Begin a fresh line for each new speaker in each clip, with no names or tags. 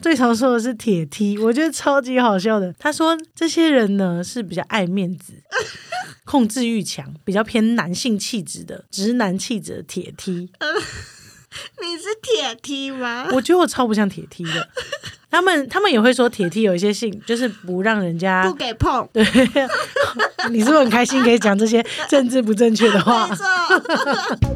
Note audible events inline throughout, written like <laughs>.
最常说的是铁梯，我觉得超级好笑的。他说这些人呢是比较爱面子， <laughs> 控制欲强，比较偏男性气质的直男气质的铁梯。
你是铁梯吗？
我觉得我超不像铁梯的。他们他们也会说铁梯有一些性就是不让人家
不给碰，
啊对，你是不是很开心可以讲这些 <laughs> 政治不正确的话
没？错。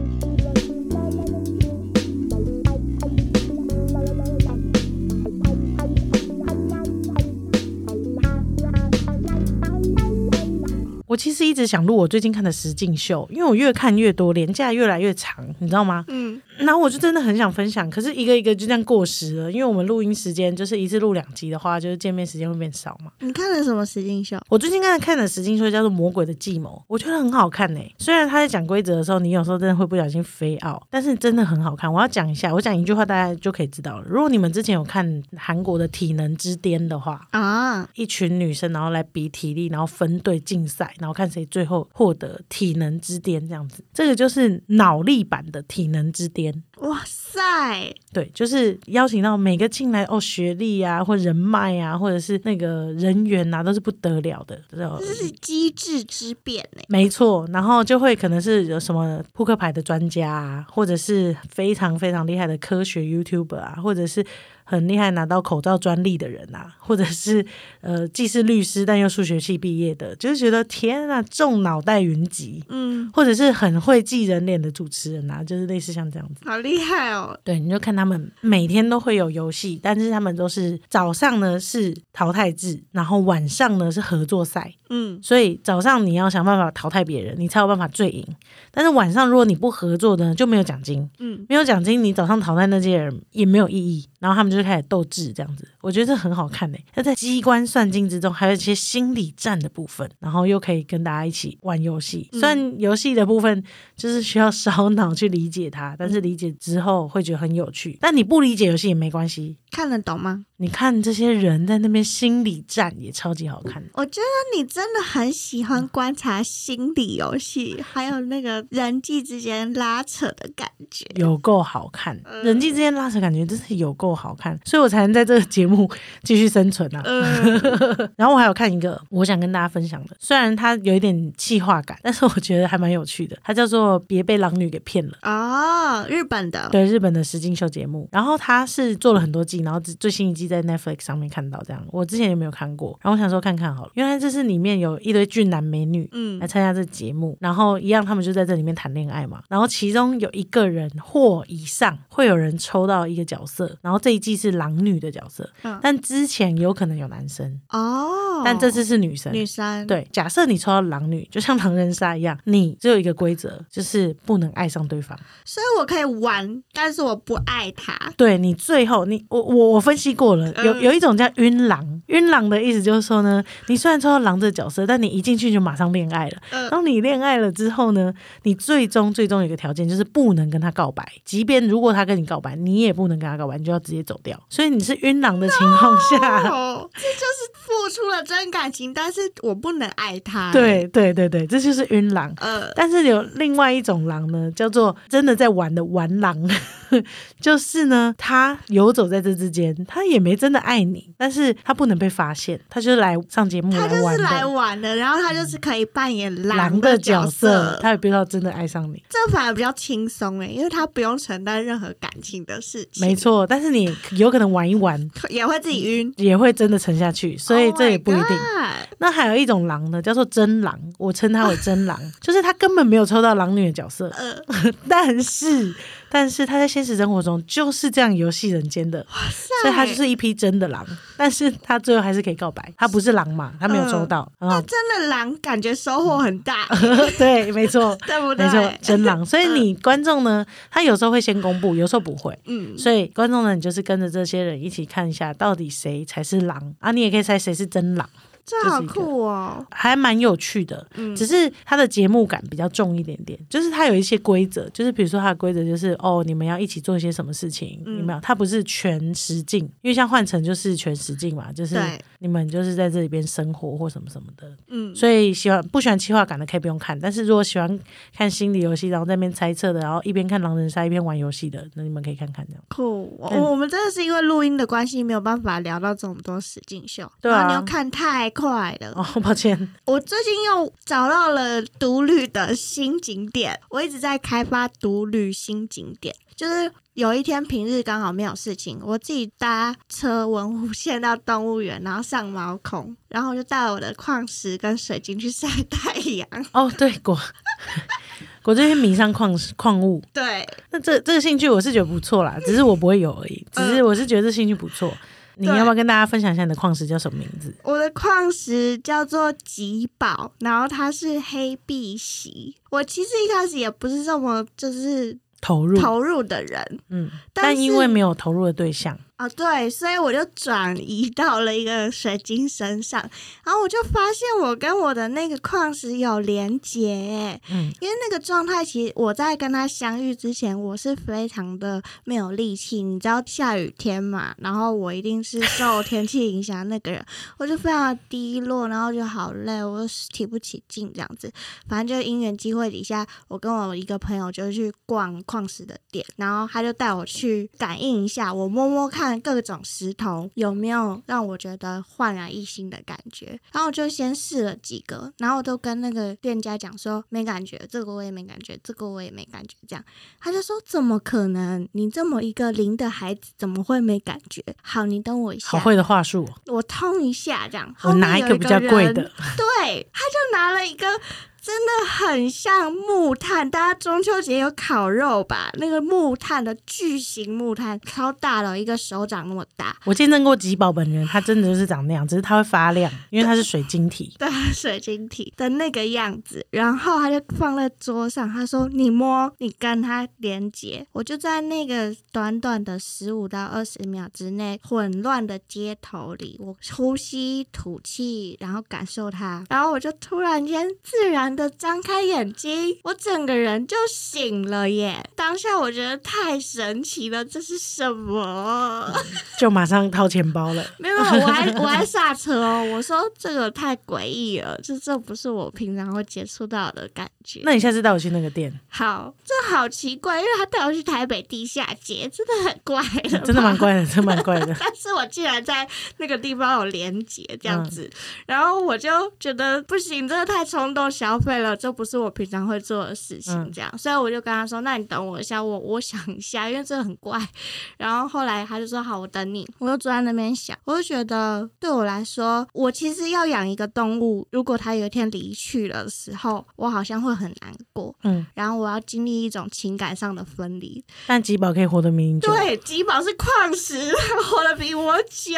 我其实一直想录我最近看的实境秀，因为我越看越多，连假越来越长，你知道吗？ <laughs>
嗯，
然后我就真的很想分享，可是一个一个就这样过时了，因为我们录音时间就是一次录两集的话，就是见面时间会变少嘛。
你看了什么实境秀？
我最近刚才看的实境秀叫做《魔鬼的计谋》，我觉得很好看呢、欸虽然他在讲规则的时候，你有时候真的会不小心飞奥，但是真的很好看。我要讲一下，我讲一句话大家就可以知道了。如果你们之前有看韩国的《体能之巅》的话，
啊，
一群女生然后来比体力，然后分队竞赛，然后看谁最后获得体能之巅这样子。这个就是脑力版的体能之巅。
哇塞，
对，就是邀请到每个进来哦，学历啊，或人脉啊，或者是那个人员啊，都是不得了的。然后
这是机智之变呢、
没错，然后就会可能是有什么扑克牌的专家啊，或者是非常非常厉害的科学 YouTuber 啊，或者是很厉害拿到口罩专利的人啊，或者是呃既是律师但又数学系毕业的，就是觉得天啊，众脑袋云集，
嗯，
或者是很会记人脸的主持人啊，就是类似像这样子。
好厉害哦。
对，你就看他们每天都会有游戏，但是他们都是早上呢是淘汰制，然后晚上呢是合作赛，
嗯，
所以早上你要想办法淘汰别人，你才有办法最赢。但是晚上如果你不合作呢，就没有奖金。
嗯，
没有奖金，你早上淘汰那些人也没有意义。然后他们就开始斗智这样子，我觉得这很好看诶、那在机关算尽之中，还有一些心理战的部分，然后又可以跟大家一起玩游戏。虽然游戏的部分就是需要烧脑去理解 <laughs> 它，但是理解之后会觉得很有趣。但你不理解游戏也没关系。
看得懂吗？
你看这些人在那边心理战也超级好看，
我觉得你真的很喜欢观察心理游戏，还有那个人际之间拉扯的感觉。
有够好看，人际之间拉扯感觉真是有够好看，所以我才能在这个节目继续生存啊。
嗯，
<laughs> 然后我还有看一个我想跟大家分享的，虽然它有一点气化感，但是我觉得还蛮有趣的，它叫做《别被狼女给骗了》。
哦，日本的，
对日本的实境秀节目，然后他是做了很多季，然后只最新一季在 Netflix 上面看到这样，我之前也没有看过，然后我想说看看好了，原来这是里面有一堆俊男美女，
嗯
来参加这节目，然后一样他们就在这里面谈恋爱嘛，然后其中有一个人或以上会有人抽到一个角色，然后这一季是狼女的角色，
嗯
但之前有可能有男生，
哦，
但这次是女生，
女生，，
对，假设你抽到狼女，就像狼人杀一样，你只有一个规则，就是不能爱上对方。
所以我可以玩，但是我不爱他。
对你最后你我我我分析过了，有
嗯
有一种叫晕狼，晕狼的意思就是说呢，你虽然抽到狼这个角色，但你一进去就马上恋爱了。
嗯
然后你恋爱了之后呢，你最终最终有一个条件就是不能跟他告白，即便如果他跟你告白，你也不能跟他告白，你就要直接走掉。所以你是晕狼的情况下。
哦，这就是付出了真感情，但是我不能爱
<laughs>
他。，欸
对对对对，这就是晕狼。
呃，
但是有另外一种狼呢，叫做真的在玩的玩狼， <laughs> 就是呢，他游走在这之间，他也没真的爱你，但是他不能被发现，他就是来上节目
他就
来玩
是来
的。
玩的，然后他就是可以扮演
狼
的
的角色，他也不知道真的爱上你，
这反而比较轻松欸诶，因为他不用承担任何感情的事情，
没错。但是你有可能玩一玩，
<laughs> 也会自己晕，
也会真的沉下去， <laughs> 所以这也不一定。
Oh
那还有一种狼呢，叫做真狼，我称它为真狼，就是他根本没有抽到狼女的角色，
my god，
但是，但是他在现实生活中就是这样游戏人间的， <laughs> 所以他就是一匹真的狼，但是他最后还是可以告白，他不是狼嘛，他没有抽到，很
呃，
好，
真的狼感觉收获很大，
<laughs>
欸
对，没
<laughs>
错，
对不
没错
对，？
真狼。所以你观众呢，他有时候会先公布，有时候不会。
嗯，
所以观众呢，你就是跟着这些人一起看一下，到底谁才是狼啊？你也可以猜谁是真狼。
这好
就是一个
酷哦！
还蛮有趣的，
嗯
只是它的节目感比较重一点点，就是它有一些规则，就是比如说它的规则就是哦，你们要一起做一些什么事情，
嗯
你们要它不是全实境，因为像换成就是全实境嘛，就是
对
你们就是在这里边生活或什么什么的，
嗯，
所以喜欢不喜欢企划感的可以不用看，但是如果喜欢看心理游戏，然后在那边猜测的，然后一边看狼人杀一边玩游戏的，那你们可以看看这样。
酷，我、
嗯
我们真的是因为录音的关系，没有办法聊到这么多实境秀。
对啊
然后你又看太快了。
<laughs> 哦，抱歉，
我最近又找到了独旅的新景点，我一直在开发独旅新景点。就是有一天平日刚好没有事情，我自己搭车文湖线到动物园，然后上毛孔，然后我就带我的矿石跟水晶去晒太
<laughs>
阳。
哦，对，果果这些迷上矿矿物，
对，
那这这个兴趣我是觉得不错啦，只是我不会有而已。只是我是觉得这兴趣不错。你
对
要不要跟大家分享一下你的矿石叫什么名字？
我的矿石叫做极宝，然后它是黑碧玺。我其实一开始也不是这么就是
投入，
投入的人
嗯，
但
但
是
因为没有投入的对象，
啊、对，所以我就转移到了一个水晶身上，然后我就发现我跟我的那个矿石有连结，欸
嗯，
因为那个状态，其实我在跟他相遇之前，我是非常的没有力气。你知道下雨天嘛，然后我一定是受天气影响那个人，我就非常地低落，然后就好累，我就提不起劲这样子。反正就因缘机会底下，我跟我一个朋友就去逛矿石的店，然后他就带我去感应一下，我摸摸看各种石头有没有让我觉得焕然一新的感觉。然后我就先试了几个，然后我都跟那个店家讲说没感觉，这个我也没感觉，这个我也没感觉，这样他就说怎么可能？你这么一个零的孩子怎么会没感觉？好，你等我一
好
下，
会的话术哦，
我通一下这样。
我拿
一
一个比较贵的，
<laughs> 对，他就拿了一个真的很像木炭，大家中秋节有烤肉吧？那个木炭的巨型木炭，超大了，一个手掌那么大。
我见证过吉宝本人，他真的就是长那样，只是他会发亮，因为它是水晶体。
对， <laughs> 水晶体的那个样子，然后他就放在桌上，他说：“你摸，你跟它连接。”我就在那个短短的十五到二十秒之内，混乱的街头里，我呼吸、吐气，然后感受它，然后我就突然间自然的张开眼睛，我整个人就醒了耶！当下我觉得太神奇了，这是什么？
就马上掏钱包了。
没有，没有我还我还刹车哦。我说这个太诡异了，这这不是我平常会接触到的感觉。
那你下次带我去那个 <laughs> 店，
好，这好奇怪，因为他带我去台北地下街，真的很怪了，。
真的蛮。怪的，真的蛮怪的
但是我竟然在那个地方有连结这样子，然后我就觉得不行，真的太冲动消费了，这不是我平常会做的事情，
嗯
这样，所以我就跟他说，那你等我一下，我我想一下，因为这很怪。然后后来他就说好，我等你。我就坐在那边想，我就觉得对我来说，我其实要养一个动物，如果它有一天离去了的时候，我好像会很难过。
嗯，
然后我要经历一种情感上的分离，
但吉宝可以活得明明久。
对，吉宝是矿石，他活得比我久。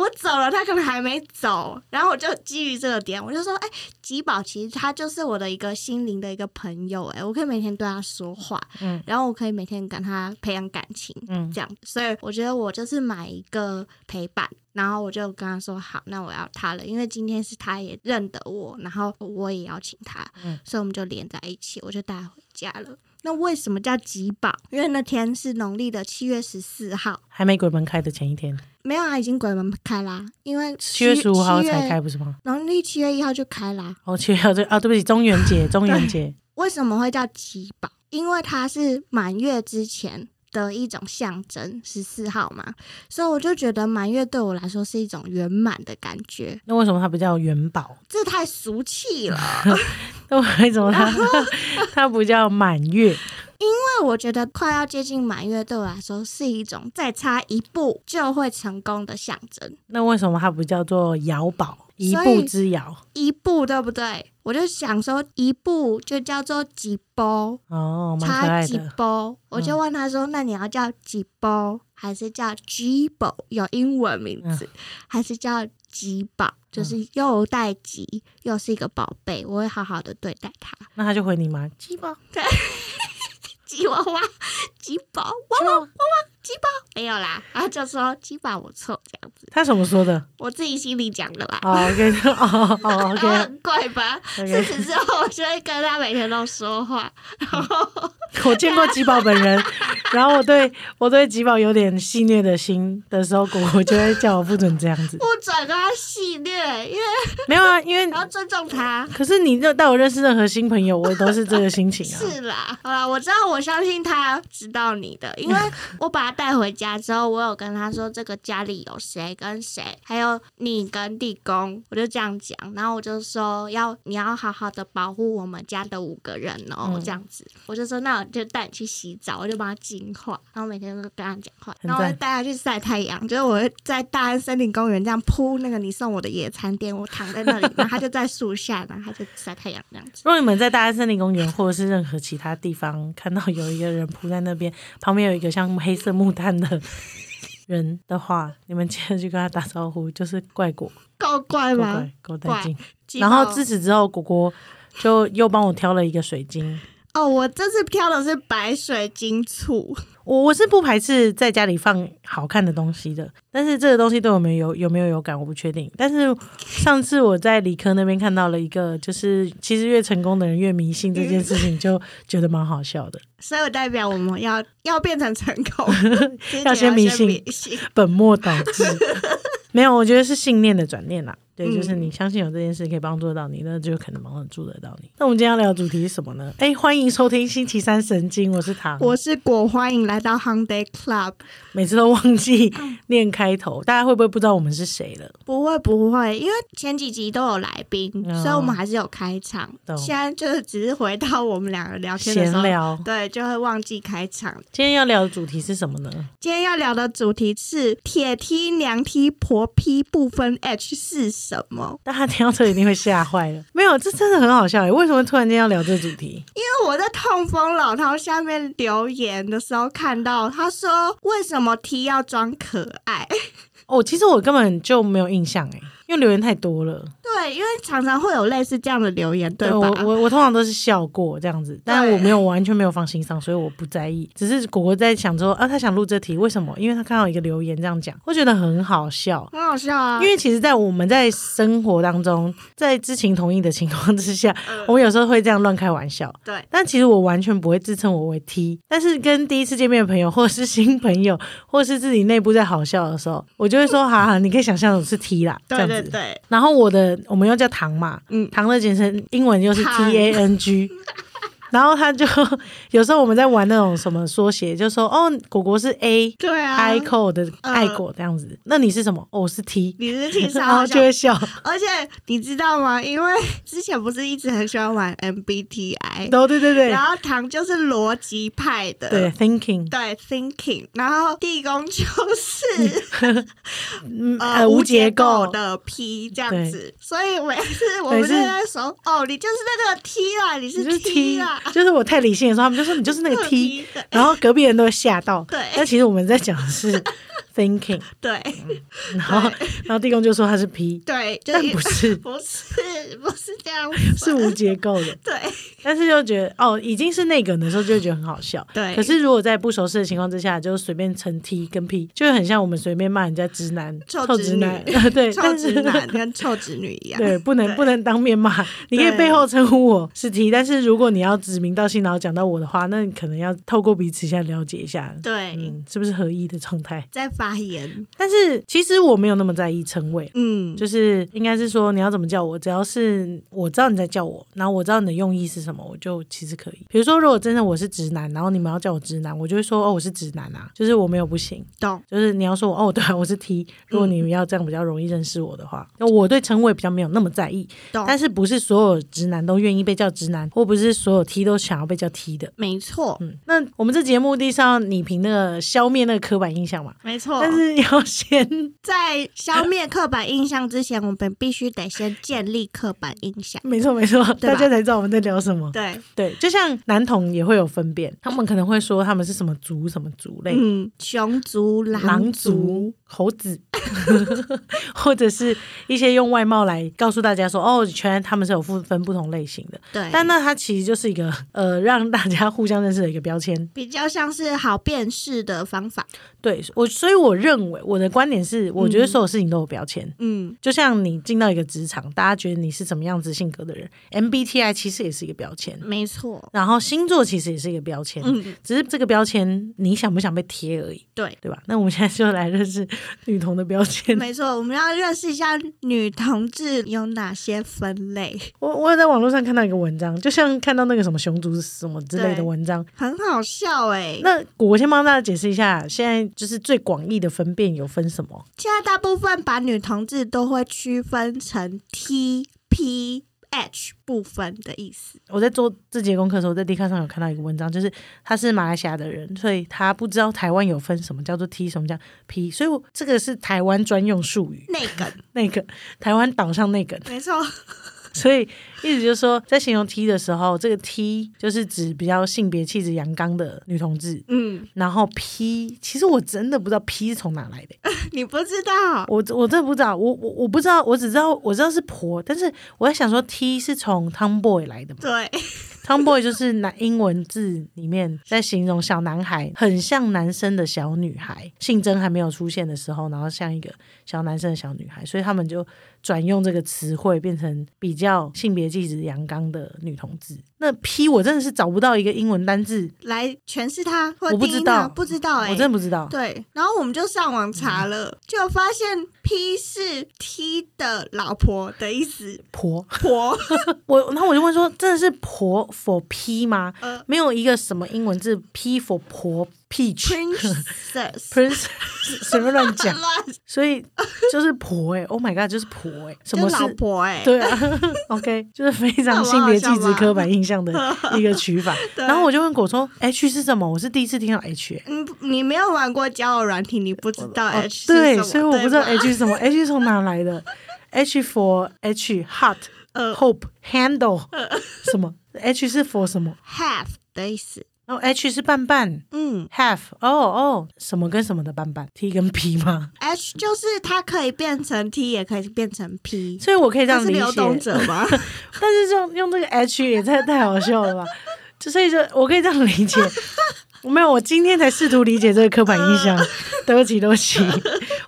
我走了，他可能还没走。然后我就基于这个点，我就说，哎、吉宝其实他就是我的一个心灵的一个朋友、哎，我可以每天对他说话，
嗯
然后我可以每天跟他培养感情，
嗯
这样。所以我觉得我就是买一个陪伴。然后我就跟他说好，那我要他了，因为今天是他也认得我，然后我也邀请他，
嗯
所以我们就连在一起，我就带他回家了。那为什么叫吉宝？因为那天是农历的七月十四号，
还没鬼门开的前一天，
没有啊，已经鬼门开啦，因为
七月十五号
七月
才开，不是吗？
农历七月一号就开啦。
哦，七月哦，对啊， <laughs> 对不起，中元节，中元节。
为什么会叫吉宝？因为它是满月之前的一种象征，十四号嘛，所以我就觉得满月对我来说是一种圆满的感觉，
那为什么它不叫元宝？
这太俗气了。
那为什么 <laughs> 它它不叫满月？
因为我觉得快要接近满月对我来说是一种再差一步就会成功的象征，
那为什么它不叫做摇宝？一
所
步
以
之遥
一步对不对？我就想说一步就叫做几波，
哦，蛮可
差
爱
几
的。
包，我就问他说：“那你要叫几包，还是叫 g 宝？有英文名字，
嗯
还是叫吉宝？就是又带吉，又是一个宝贝，我会好好的对待它。
那他就回你吗？鸡宝，
吉娃娃，几宝，哇
哦
哇哇哇，几宝没有
<laughs>
啦，然后就说几宝我错这样子，
他什么说的？
我自己心里讲的啦。
哦，OK，哦哦
然
，OK，
后很怪吧？自
OK
此之后，我就会跟他每天都说话，然后
我见过吉宝本人，然后我对我对吉宝有点戏虐的心的时候，果果就会叫我不准这样子
不。准跟他戏虐，因为
没有啊，因为
你要尊重他。
可是你认带我认识任何新朋友，我都是这个心情啊。
是啦，好啦，我知道，我相信他知道你的，因为 <laughs> 我把他带回家之后，我有跟他说这个家里有谁跟谁，还有你跟地公，我就这样讲，然后我就说要你要好好的保护我们家的五个人哦，
嗯
这样子，我就说那我就带你去洗澡，我就帮他净化，然后每天都跟他讲话，
很赞
然后我就带他去晒太阳，就是我会在大安森林公园这样铺那个你送我的野餐垫，我躺在那里，然后他就在树下，然后他就晒太阳这样子。
如果你们在大安森林公园或者是任何其他地方看到有一个人扑在那边，旁边有一个像黑色木炭的人的话，你们记得去跟他打招呼，就是怪果，
<laughs> 够怪
够
吗？
怪，够带劲。
鸡
然
泡
后自此之后，果果就又帮我挑了一个水晶。
哦，我这次挑的是白水晶醋，
我我是不排斥在家里放好看的东西的，但是这个东西对我们有有没有有感，我不确定。但是上次我在理科那边看到了一个，就是其实越成功的人越迷信这件事情，
<laughs>
就觉得蛮好笑的。
所以代表我们要要变成成
<laughs>
功，之前
要
要
先迷信
迷信。
本末倒
<laughs>
置。没有，我觉得是信念的转念啦。对，
嗯
就是你相信有这件事可以帮助得到你，那就可能帮助得到你。那我们今天要聊的主题是什么呢？哎，欢迎收听星期三神经，我是唐。
我是果，欢迎来到 Hyundai Club。
每次都忘记
嗯
念开头，大家会不会不知道我们是谁了？
不会不会，因为前几集都有来宾，
哦
所以我们还是有开场。
懂
现在就是只是回到我们两个聊天的时
闲
候，
聊。
对，就会忘记开场。
今天要聊的主题是什么呢？
今天要聊的主题是铁梯、娘梯、婆批不分 H 是什么？
大家听到这里一定会吓坏了。 <laughs> 没有，这真的很好笑诶，欸为什么突然间要聊这主题？
因为我在痛风老饕下面留言的时候看到，他说为什么 T 要装可爱？哎
哦，其实我根本就没有印象哎，因为留言太多了。
对，因为常常会有类似这样的留言，对
我
吧？
我我通常都是笑过这样子，但我没有完全没有放心上，所以我不在意。只是果果在想说啊，他想录这题，为什么？因为他看到一个留言这样讲，我觉得很好笑。
很好笑啊，
因为其实，在我们在生活当中，在知情同意的情况之下，我们有时候会这样乱开玩笑。
嗯对
但其实我完全不会自称我为 T，但是跟第一次见面的朋友，或是新朋友，或是自己内部在好笑的时候，我就会说：“哈哈，你可以想象我是 T 啦。”这
<laughs> 对
样
对
子。
对，
然后我的我们又叫糖嘛，
嗯
糖的简称英文又是
糖
T A N
<laughs>
G。然后他就有时候我们在玩那种什么缩写，就说哦，果果是 A
对啊，
i c o 的
嗯
爱果这样子，那你是什么？哦，我是 T，
你是挺
然后
少
就
笑，
会笑。
而且你知道吗？因为之前不是一直很喜欢玩 MBTI，
然后对对对
然后呃唐就是逻辑派的，
对，thinking，
对 thinking，然后地宫
<laughs>
就是。
嗯
呃
呃，
无
无
结
结
构
构
的 P 这样
对
子，所以每次我们
每
就
次
在说，哦，你就是那个 T 啦，你
你
是啊
就是
T
T，
啦， <laughs>
就是我太理性的时候，他们就说你就是那
那
个
个
T，
T 的，
然后隔壁人都会吓到。
对
但其实我们在讲的
<laughs>
是 thinking，
对
然后然后地公就说他是 P，
对，就
嗯但
是
不是，
不是不是这样，
是无结构
<laughs>
的。
对
但是就觉得哦，已经是那个的时候，就会觉得很好笑。
对
可是如果在不熟识的情况之下，就随便称 T 跟 P，就会很像我们随便骂人家直男、
臭
臭
直
直
女
男， <laughs> 对，
臭
但
直
是 <laughs>
男跟臭直女一样，
对，不能
对
不能当面骂，你可以
对
背后称呼我是 T，但是如果你要指名道姓，然后讲到我的话，那你可能要透过彼此先了解一下，
对，
嗯，是不是合一的状态？
在发言，
但是其实我没有那么在意称谓，
嗯，
就是应该是说你要怎么叫我，只要是我知道你在叫我，然后我知道你的用意是什么，我就其实可以。比如说，如果真的我是直男，然后你们要叫我直男，我就会说哦我是直男啊，就是我没有不行。
懂，
就是你要说我哦，对啊，我是 T。如果你们要这样比较容易认识我的话，那我对称谓比较没有那么在意，
懂
但是不是所有直男都愿意被叫直男，或不是所有 T 都想要被叫 T 的。
没错，
嗯，那我们这节目的是要你凭那个消灭那个刻板印象嘛，
没错，
但是要先，
在消灭刻板印象之前，我们必须得先建立刻板印象
没错没错，
<laughs> 对吧
大家才知道我们在聊什么。
对，
对，就像男童也会有分辨，他们可能会说他们是什么族什么族类，
嗯嗯，熊族、
狼
族。
族、猴子， <laughs> 或者是一些用外貌来告诉大家说，哦，原来他们是有分分不同类型的。
对，
但那它其实就是一个呃，让大家互相认识的一个标签。
比较像是好辨识的方法。
对我，所以我认为我的观点是，我觉得所有事情都有标签。
嗯，
就像你进到一个职场，大家觉得你是什么样子性格的人，MBTI 其实也是一个标签，
没错。
然后星座其实也是一个标签，
嗯，
只是这个标签你想不想被贴而已， <laughs>
对，
对吧？那我们现在就来认识 <laughs> 女童的标签。
没错。我们要认识一下女同志有哪些分类，
我我有在网络上看到一个文章，就像看到那个什么熊族什么之类的
对
文章。
很好笑哎、
那我先帮大家解释一下，现在就是最广义的分辨有分什么？
现在大部分把女同志都会区分成 T、P、H 部分的意思。
我在做这节功课的时候，在 D 卡上有看到一个文章，就是他是马来西亚的人，所以他不知道台湾有分什么叫做 T，什么叫 P，所以我这个是台湾专用术语， <laughs>
那个，
那个台湾岛上那个， <laughs>
没错，
所以意思就是说，在形容 T 的时候，这个 T 就是指比较性别气质阳刚的女同志。
嗯，
然后 P，其实我真的不知道 P 是从哪来的，
<laughs> 你不知道，
我我真的不知道，我我我不知道，我只知道我知道是婆，但是我在想说 T 是从 Tomboy 来的嘛，
对，
Tomboy 就是男英文字里面在形容小男孩，很像男生的小女孩，性征还没有出现的时候，然后像一个小男生的小女孩，所以他们就转用这个词汇变成比较性别气质阳刚的女同志。那 P 我真的是找不到一个英文单字，
来诠释它或
我不
定
知
义
道
它，不知道
我
哎、
真的不知道。
对，然后我们就上网
嗯
查了，就发现 P 是 T 的老婆的意思，
婆， <laughs>
婆，
我然后我就问说，真的是婆 for P 吗？
呃
没有一个什么英文字 P for 婆 peach <laughs>
，princess，
prince 什么乱讲。
<laughs> 乱，
所以就是婆哎、欸、，Oh my god，就是婆哎、欸，什
就
么
老
是？
婆哎、
对啊，OK，就是非常性别气质刻板印象
<laughs>
的一个取法。
对
然后我就问果说 H 是什么？我是第一次听到 H 欸、
嗯，你没有玩过交友软体，你不知道 H 是什
哦对，
么
所以我不知道
吧
H 是什么，H 是从哪来的？H for H heart
呃
hope handle 什么？H 是 for 什么？
have 的意思，
然后 H 是伴伴
嗯
have 哦哦什么跟什么的伴伴 T 跟 P 吗？
，H 就是它可以变成 T，也可以变成 P，
所以我可以这
它
样
是
理
流动
解，
者
<laughs>
吗？
但是这种用这个 H 也太太好笑了吧？就所以就我可以这样理解，没有，我今天才试图理解这个刻板印
嗯
象，对不起，对不起，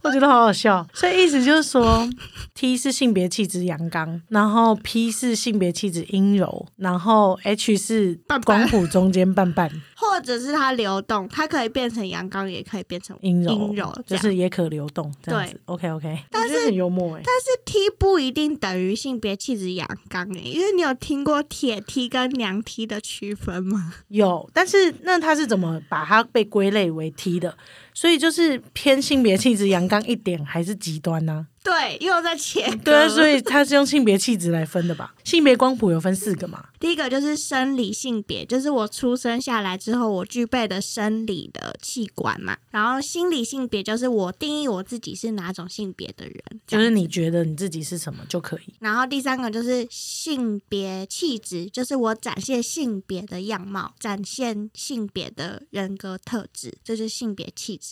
我觉得好好笑。所以意思就是说，T 是性别气质阳刚，然后 P 是性别气质阴柔，然后 H 是
半半
光谱中间半半
或者是它流动，它可以变成阳刚，也可以变成
阴柔，
阴柔这
就
样
是也可流动这样
对
子。OK OK，
但是
很幽默哎、
但是 T 不一定等于性别气质阳刚诶，因为你有听过铁 T 跟娘 T 的区分吗？
有，但是那他是怎么把它被归类为 T 的？所以就是偏性别气质阳刚一点，还是极端呢、
对，又在切割。
对啊，所
以
以他是用性别气质来分的吧？性别光谱有分四个嘛？
第一个就是生理性别，就是我出生下来之后我具备的生理的器官嘛。然后心理性别就是我定义我自己是哪种性别的人，这
就是
样
你觉得你自己是什么就可以。
然后第三个就是性别气质，就是我展现性别的样貌，展现性别的人格特质，这就是性别气质。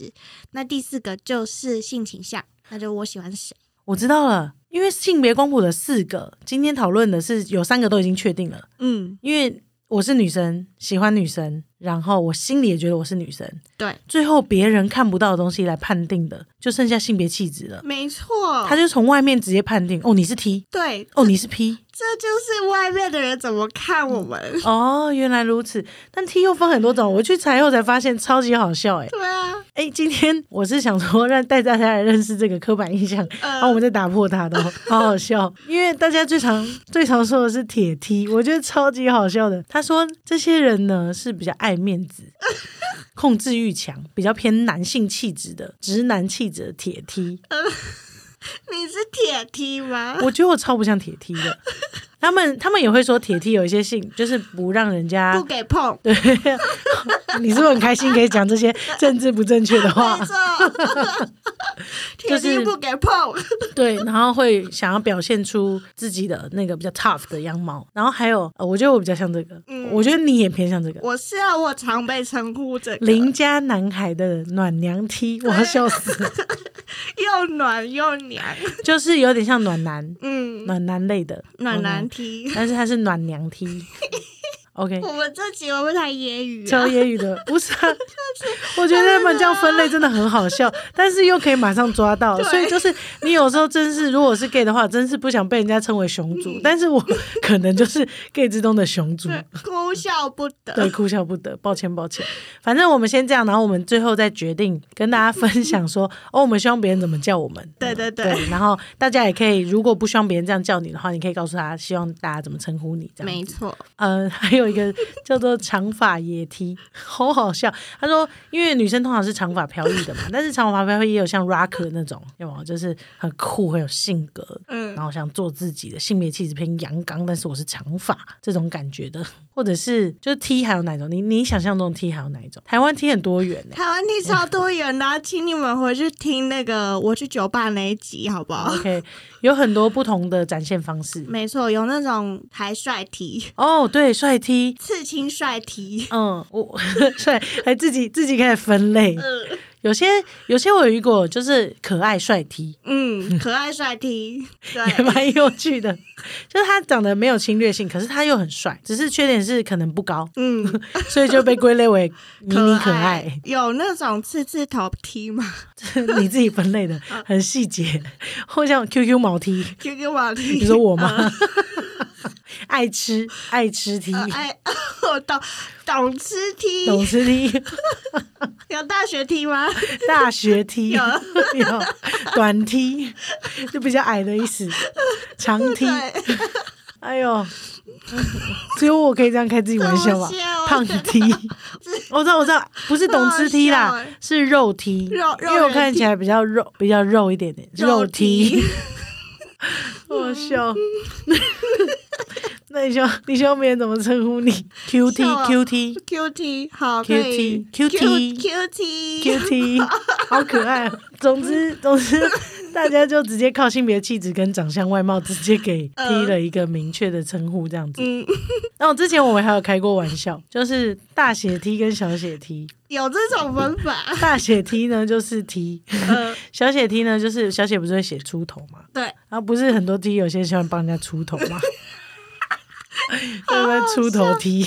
那第四个就是性倾向，那就是我喜欢谁。
我知道了，因为性别光谱的四个，今天讨论的是有三个都已经确定了，
嗯，
因为我是女生，喜欢女生，然后我心里也觉得我是女生，
对，
最后别人看不到的东西来判定的，就剩下性别气质了。
没错
他就从外面直接判定，哦，你是 T，
对，
哦，你是 P，
这就是外面的人怎么看我们。
<laughs> 哦，原来如此。但 T 又分很多种，我去查以后才发现超级好笑哎、
对啊，
哎、今天我是想说让带大家来认识这个刻板印象，然后我
呃，
们再打破它的 <laughs> 哦，好好笑。因为大家最常最常说的是铁 T，我觉得超级好笑的。他说这些人呢是比较爱面 <laughs> 子。控制欲强，比较偏男性气质的直男气质的铁 T，
你是铁梯吗？
我觉得我超不像铁 T 的，他们他们也会说铁梯有一些性，就是不让人家
不给碰，
对， <laughs> 你是不是很开心可以讲这些政治不正确的话
<laughs> 没？错，铁
就是
钉不给碰，
<laughs> 对，然后会想要表现出自己的那个比较 tough 的样貌。然后还有，呃我觉得我比较像这个，我觉得你也偏向这个。
我是啊，我常被称呼这个，
邻家男孩的暖娘梯，我要笑死了， <laughs>
又暖又娘，
就是有点像暖男、
<laughs> 嗯，
暖男类的
暖男
嗯
梯。
但是他是暖娘梯。OK，
我们这集我们太揶揄啊，
乔野语的不是啊，我觉得他们这样分类真的很好笑，但是又可以马上抓到，
对
所以就是你有时候真是，如果是 gay 的话，真是不想被人家称为熊
嗯
族，但是我可能就是 gay 之中的熊族。
哭笑不
对，
得。
哭笑不得，抱歉抱歉。反正我们先这样，然后我们最后再决定跟大家分享说，哦，我们希望别人怎么叫我们。
<laughs> 对对对
对，然后大家也可以，如果不希望别人这样叫你的话，你可以告诉他，希望大家怎么称呼你这样。
没错，
呃， <laughs> 还有一个叫做长发野踢，好好笑。他说，因为女生通常是长发飘逸的嘛，但是长发飘逸也有像 rocker 那种，有没有？就是很酷，很有性格，
嗯
然后想做自己的，性别气质偏阳刚，但是我是长发这种感觉的，或者是就是 T 还有哪种？你你想象中的 T 还有哪一种？台湾 T 很多元欸呢、
台湾地超多元的啊，请你们回去听那个我去酒吧那一集，好不好？
OK，有很多不同的展现方式。
没错，有那种台帅题、
哦，对，帅 T，
刺青帅题，
嗯，我 <laughs> 帅还自己自己开始分类。
嗯
有些有些我有遇过，就是可爱帅 T，
嗯，可爱帅题，
也
对，
<laughs> 蛮有趣的。就是他长得没有侵略性，可是他又很帅，只是缺点是可能不 <laughs> 高，
嗯，
所以就被归类为迷你可爱。
有那种刺刺头踢吗 <laughs>
<laughs> 你自己分类的很细节，或像 QQ 毛 T，
？QQ 网踢，
你说我吗？ <laughs> 爱吃啊爱吃 T，
呃？哎， <laughs> 我懂懂吃踢，
懂吃 <laughs> T，
有大学踢吗？
大学 T，
有
有短 T，就比较矮的意思，长 T。
对，
哎呦，只有我可以这样开自己玩笑吧
这么笑？啊
胖踢，
<laughs>
我知道，我知道，不是懂吃踢
这么
啦
笑欸，
是肉踢，
肉
因为
肉
我
人
看起来比较肉，比较肉一点点，肉
肉踢
踢， <laughs> 好笑。 <laughs> 那你希望你希望别人怎么称呼你？Q T
笑啊
Q T
Q T 好，可以
QT QT
Q T
Q T，好
<laughs>
可爱哦。总之总之，大家就直接靠性别气质跟长相外貌直接给 T
嗯
了一个明确的称呼，这样子。
嗯，
那我之前我们还有开过玩笑，就是大写 T 跟小写 T。
<laughs> 有这种文法，
大写 T 呢就是 T， <laughs>
呃，
小写 T 呢就是小写不是会写出头嘛？
<laughs> 对，
然后不是很多 T 有些喜欢帮人家出头嘛？ <laughs> 对不对？出头 T，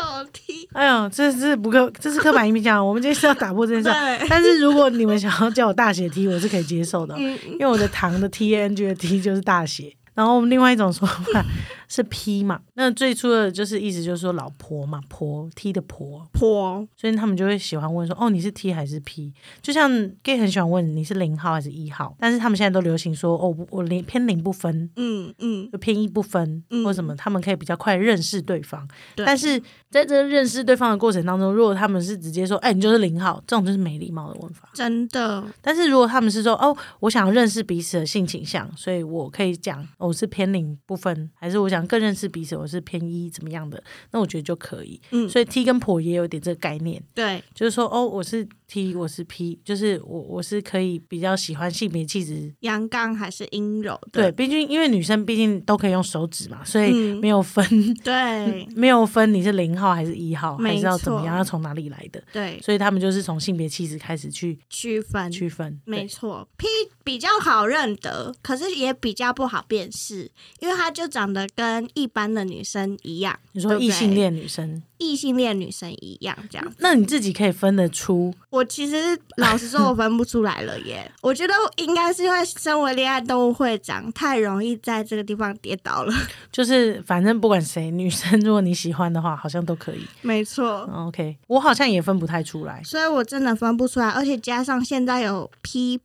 好踢，
哎呦，这是不刻，这是刻板印象。我们今天是要打破这件事
<laughs> 对。
但是如果你们想要叫我大写 T，我是可以接受的，
嗯
因为我的糖的 T A N G 的 T 就是大写。然后我们另外一种说法是 P 嘛，那最初的就是意思就是说老婆嘛，婆 T 的婆，
婆，
所以他们就会喜欢问说，哦，你是 T 还是 P？就像 gay 很喜欢问你是零号还是一号，但是他们现在都流行说，哦，我我零偏零不分，
嗯嗯，
就偏一不分，
嗯
或什么，他们可以比较快认识对方。
对
但是在这认识对方的过程当中，如果他们是直接说，哎、你就是零号，这种就是没礼貌的问法。
真的，
但是如果他们是说，哦，我想认识彼此的性倾向，所以我可以讲、哦我是偏零不分，还是我想更认识彼此，我是偏一怎么样的，那我觉得就可以。
嗯
所以 T 跟婆也有点这个概念。
对，
就是说，哦，我是 T，我是 P，就是我我是可以比较喜欢性别气质。
阳刚还是阴柔
对，
的，
毕竟因为女生毕竟都可以用手指嘛，所以
嗯
没有分、
对
没有分你是零号还是一号，还
没
是要怎么
错
样，要从哪里来的。
对，
所以他们就是从性别气质开始去
区分。
区分。
嗯没
对，
错，P 比较好认得，可是也比较不好辨识，因为她就长得跟一般的女生一样，
你说
对不
异性
对、
恋女生，
异性恋女生一样这样。
那你自己可以分得出
我其实老实说，我分不出来了耶。我觉得应该是因为身为恋爱动物会长，太容易在这个地方跌倒了。 <laughs>
就是反正不管谁，女生如果你喜欢的话，好像都可以。嗯
没错，
OK，我好像也分不太出来。
所以我真的分不出来，而且加上现在有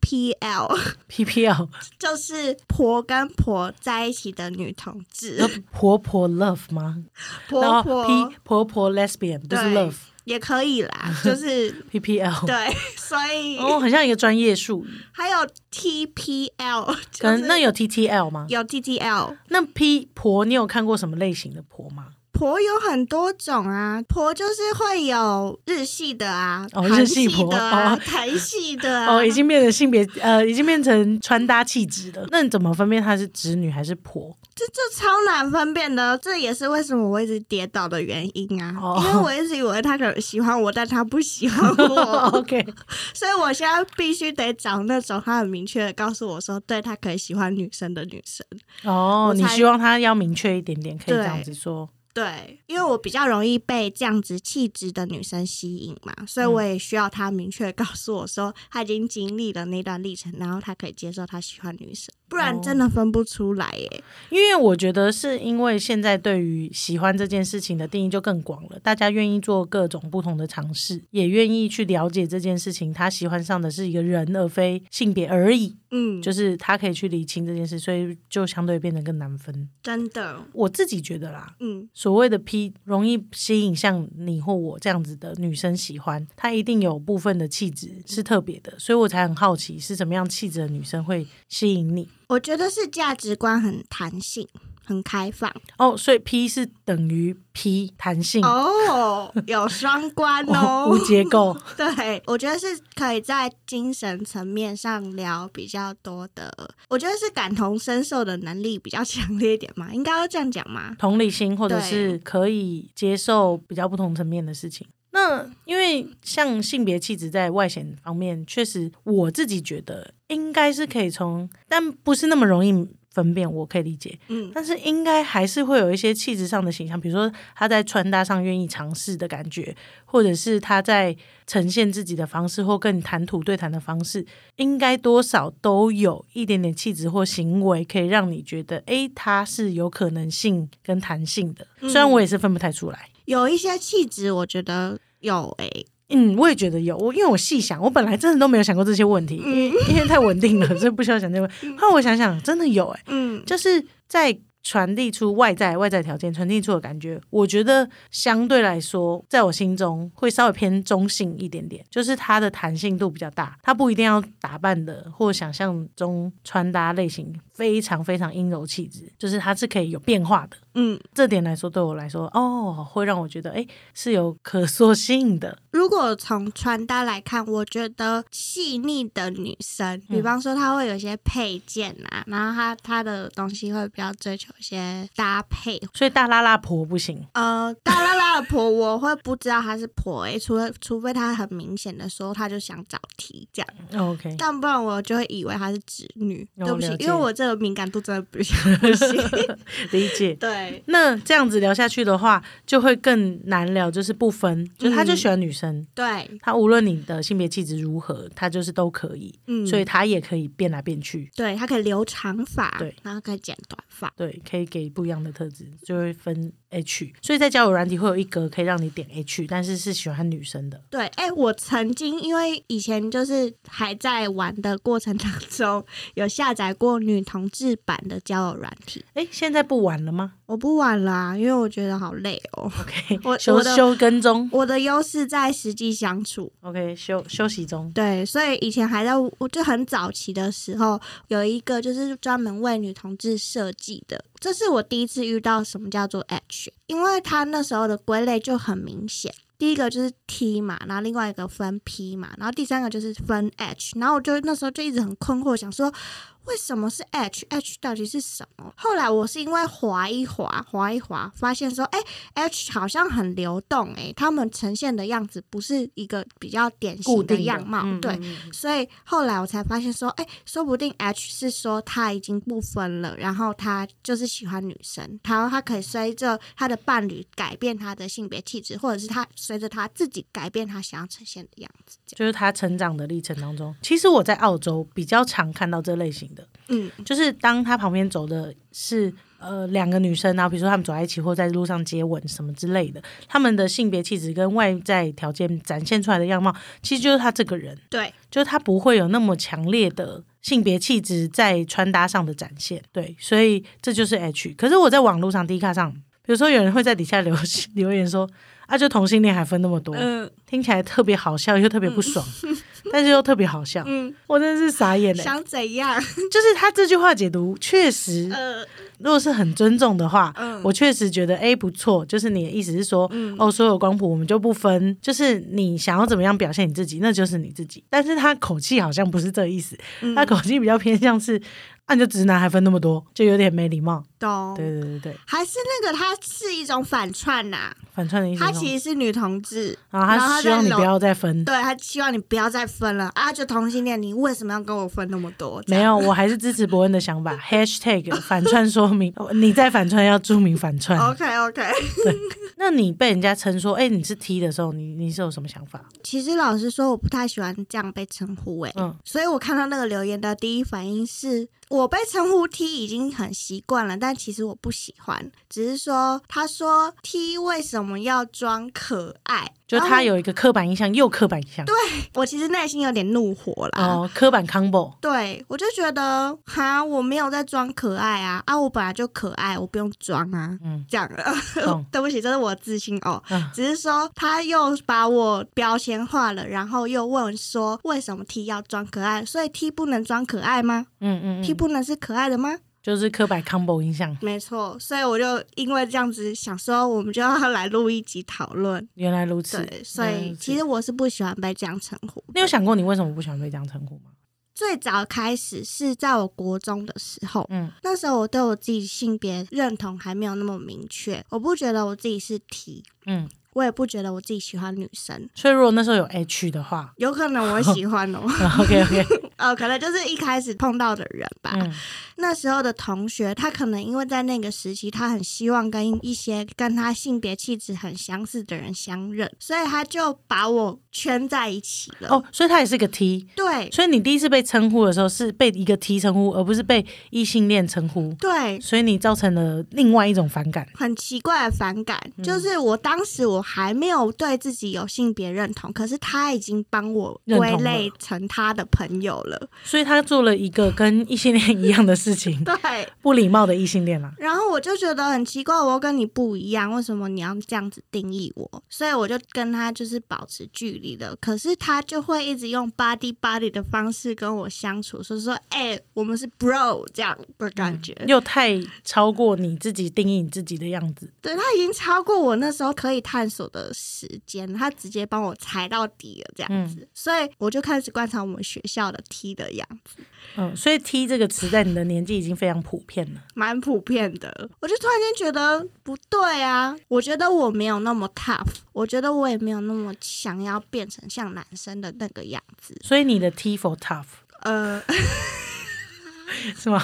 PPL，
PPL
<laughs> 就是婆跟婆在一起的女同志，
呃婆婆 love 吗？
婆
哦然后
婆
P 婆婆 lesbian 不是
对
love，
也可以啦，就是
<laughs> PPL。
对，所以、
哦，很像一个专业术语，
还有 TPL，
可
就是
能那有 TTL 吗？
有 TTL。
那 P 婆，你有看过什么类型的婆吗？
婆有很多种啊，婆就是会有日系的啊，
哦
韩
日系婆
的啊，
哦
台系的啊，
哦，已经变成性别，呃，已经变成穿搭气质了。那你怎么分辨她是直女还是婆？
这这超难分辨的，这也是为什么我一直跌倒的原因啊，
哦
因为我一直以为他可能喜欢我，但他不喜欢
<laughs>
我，
OK，
所以我现在必须得找那种他很明确的告诉我说，对他可以喜欢女生的女生，
哦
我，
你
才
希望她要明确一点点，可以这样
对
子说。
对，因为我比较容易被这样子气质的女生吸引嘛，所以
嗯
我也需要她明确告诉我说，她已经经历了那段历程，然后她可以接受她喜欢女生，不然
哦
真的分不出来耶。
因为我觉得是因为现在对于喜欢这件事情的定义就更广了，大家愿意做各种不同的尝试，也愿意去了解这件事情，他喜欢上的是一个人而非性别而已，
嗯，
就是他可以去理清这件事，所以就相对变得更难分。
真的，
我自己觉得啦，
嗯，
所谓的 P 容易吸引像你或我这样子的女生喜欢，她一定有部分的气质是特别的，所以我才很好奇是怎么样气质的女生会吸引你。
我觉得是价值观很弹性。很开放
哦，所以 P 是等于 P 弹性。
哦，有双关哦
<laughs> 无。结构，
对，我觉得是可以在精神层面上聊比较多的。我觉得是感同身受的能力比较强烈一点嘛，应该要这样讲吗？
同理心或者
对
是可以接受比较不同层面的事情。那因为像性别气质在外显方面，确实我自己觉得应该是可以从，但不是那么容易分辨，我可以理解。
嗯，
但是应该还是会有一些气质上的形象，比如说他在穿搭上愿意尝试的感觉，或者是他在呈现自己的方式或跟你谈吐对谈的方式，应该多少都有一点点气质或行为，可以让你觉得，诶，他是有可能性跟弹性的。虽然我也是分不太出来，
有一些气质，我觉得有诶、
嗯，我也觉得有，我因为我细想，我本来真的都没有想过这些问题，
嗯
因为太稳定了，所以不需要想这个。后来我想想，真的有、诶。欸
嗯，
就是在传递出外在外在条件，传递出的感觉，我觉得相对来说，在我心中会稍微偏中性一点点，就是它的弹性度比较大，它不一定要打扮的或想象中穿搭类型非常非常阴柔气质，就是它是可以有变化的。
嗯，
这点来说，对我来说，哦，会让我觉得，哎，是有可塑性的。
如果从穿搭来看，我觉得细腻的女生，
嗯
比方说她会有一些配件啊，然后她她的东西会比较追求一些搭配。
所以大拉拉婆不行，
呃，大拉拉的婆，我会不知道她是婆诶、除非除非她很明显的说她就想找题这样，
OK，
但不然我就会以为她是侄女。
嗯哦
对不起
了，解
因为我这个敏感度真的比较不
<laughs>
<laughs> 行。
理解。
对，
那这样子聊下去的话，就会更难聊，就是不分，就是他就
嗯
喜欢女生，
对，
他无论你的性别气质如何，他就是都可以，
嗯，
所以他也可以变来变去，
对，它可以留长发，
对，
然后可以剪短发，
对，可以给不一样的特质，就会分 H。所以在交友软体会有一格可以让你点 H，但是是喜欢女生的，
对。哎、我曾经因为以前就是还在玩的过程当中，有下载过女同志版的交友软体，
哎，现在不玩了吗
我不玩啦、因为我觉得好累哦。
？OK，
我
休
我的
休跟踪
我的优势在实际相处，
，OK，休休息中，
对，所以以前还在我就很早期的时候，有一个就是专门为女同志设计的，这是我第一次遇到什么叫做 H，因为它那时候的归类就很明显。第一个就是 T 嘛，然后另外一个分 P 嘛，然后第三个就是分 H，然后我就那时候就一直很困惑，想说为什么是 H？H 到底是什么？后来我是因为划一划，划一划，发现说，哎，H 好像很流动、诶，他们呈现的样子不是一个比较典
固
型的
定
样貌，
嗯
对，
嗯嗯
所以后来我才发现说，哎、说不定 H 是说他已经不分了，然后他就是喜欢女生，然后他可以随着他的伴侣改变他的性别气质，或者是他随着他自己改变他想要呈现的样子。这样
就是他成长的历程当中，其实我在澳洲比较常看到这类型的。
嗯
就是当他旁边走的是呃两个女生，然后比如说他们走在一起或在路上接吻什么之类的，他们的性别气质跟外在条件展现出来的样貌，其实就是他这个人，
对，
就是他不会有那么强烈的性别气质在穿搭上的展现。对，所以这就是 H。可是我在网络上、D 卡上。比如说有人会在底下留 <laughs> 留言说啊，就同性恋还分那么多，
嗯
听起来特别好笑又特别不爽，但是又特别好笑，
嗯，
我真的是傻眼嘞、欸
想怎样？
就是他这句话解读确实，
呃，
如果是很尊重的话，
嗯
我确实觉得 A 不错。就是你的意思是说，哦，所有光谱我们就不分，就是你想要怎么样表现你自己，那就是你自己。但是他口气好像不是这意思，
嗯
他口气比较偏向是，啊，你就直男还分那么多，就有点没礼貌。
懂。
对对对对，
还是那个，它是一种反串呐、
反串的意思
她
是
其
说，
实是女同志，
然后他
她
希望你
在
不
搂，
要再分。
对她希望你不要再分了啊！就同性恋，你为什么要跟我分那么多？这
没
样，
有，我还是支持伯恩的想法。#hashtag <laughs> 反串说明，哦你再反串要注明反串。
OK OK。
那你被人家称说，哎、你是 T 的时候，你你是有什么想法？
其实老实说，我不太喜欢这样被称呼、欸，
嗯
所以我看到那个留言的第一反应是我被称呼 T 已经很习惯了，但其实我不喜欢，只是说他说 T 为什么要装可爱？
就
然后
他有一个刻板印象，又刻板印象。对
我其实内心有点怒火啦。
哦，刻板 combo。
<laughs> 对，我就觉得哈，我没有在装可爱啊，啊，我本来就可爱，我不用装啊，
嗯
这样了。
懂
对不起，这是我自信哦。
嗯
只是说他又把我标签化了，然后又问说为什么 T 要装可爱，所以 T 不能装可爱吗、
嗯嗯
t
嗯，
不能是可爱的吗？
就是刻板 combo 印象。
没错，所以我就因为这样子想说，我们就要来录一集讨论。
原来如此。
对，所以其
实
实我是不喜欢被这样称呼。
你有想过你为什么不喜欢被这样称呼吗？
最早开始是在我国中的时候，
嗯
那时候我对我自己性别认同还没有那么明确，我不觉得我自己是 T，
嗯，
我也不觉得我自己喜欢女生。
所以如果那时候有 H 的话 <laughs>
有可能我喜欢哦， <laughs>
，OK OK，
呃，可能就是一开始碰到的人吧。
嗯
那时候的同学，他可能因为在那个时期，他很希望跟一些跟他性别气质很相似的人相认，所以他就把我圈在一起了。
哦，所以他也是个 T，
对
所以你第一次被称呼的时候是被一个 T 称呼，而不是被异性恋称呼，
对，
所以你造成了另外一种反感。
很奇怪的反感，
嗯
就是我当时我还没有对自己有性别认同，可是他已经帮我
认同了
归类成他的朋友了。
所以他做了一个跟异性恋一样的事情，
<laughs> 对，
不礼貌的异性恋啦。
然后我就觉得很奇怪，我又跟你不一样，为什么你要这样子定义我？所以我就跟他就是保持距离了。可是他就会一直用 body body 的方式跟我相处，所以说，哎、我们是 bro 这样的感觉。
又太超过你自己定义你自己的样子，
对他已经超过我那时候可以探索的时间，他直接帮我踩到底了这样子，所以我就开始观察我们学校的 T 的样子，
嗯，所以 T 这个词在你的年纪已经非常普遍了。
蛮普遍的。我就突然间觉得不对啊，我觉得我没有那么 tough，我觉得我也没有那么想要变成像男生的那个样子。
所以你的 T for tough
呃，
是吗？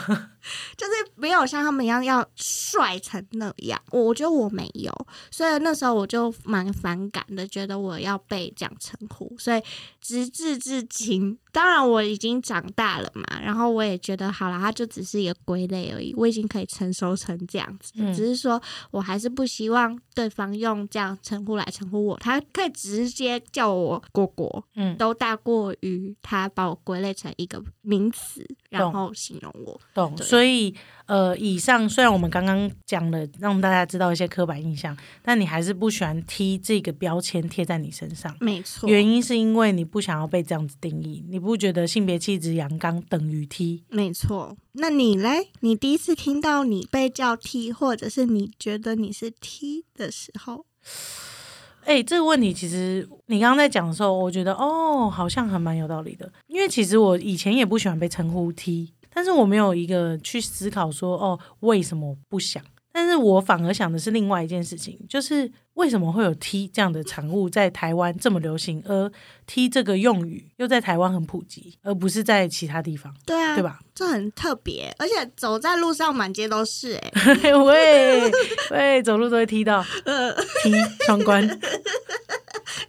就是没有像他们一样要帅成那样，我我觉得我没有，所以那时候我就蛮反感的，觉得我要被这样称呼，所以直至至今，当然我已经长大了嘛，然后我也觉得好啦，它就只是一个归类而已，我已经可以成熟成这样子，
嗯
只是说我还是不希望对方用这样称呼来称呼我，他可以直接叫我果果，
嗯，
都大过于他把我归类成一个名词，然后形容我，
懂。
<laughs> 对
所以呃，以上虽然我们刚刚讲了让大家知道一些刻板印象，但你还是不喜欢 T 这个标签贴在你身上。
没错。
原因是因为你不想要被这样子定义，你不觉得性别气质阳刚等于 T？
没错，那你嘞？你第一次听到你被叫 T，或者是你觉得你是 T 的时候，
哎、这个问题其实你刚刚在讲的时候，我觉得哦，好像还蛮有道理的。因为其实我以前也不喜欢被称呼 T，但是我没有一个去思考说哦，为什么不想？但是我反而想的是另外一件事情，就是为什么会有 T 这样的产物在台湾这么流行，而 T 这个用语又在台湾很普及，而不是在其他地方， <laughs>
对啊，
对？吧？
这很特别，而且走在路上满街都是、欸， <laughs> 哎，
喂喂，走路都会踢到 T 双关。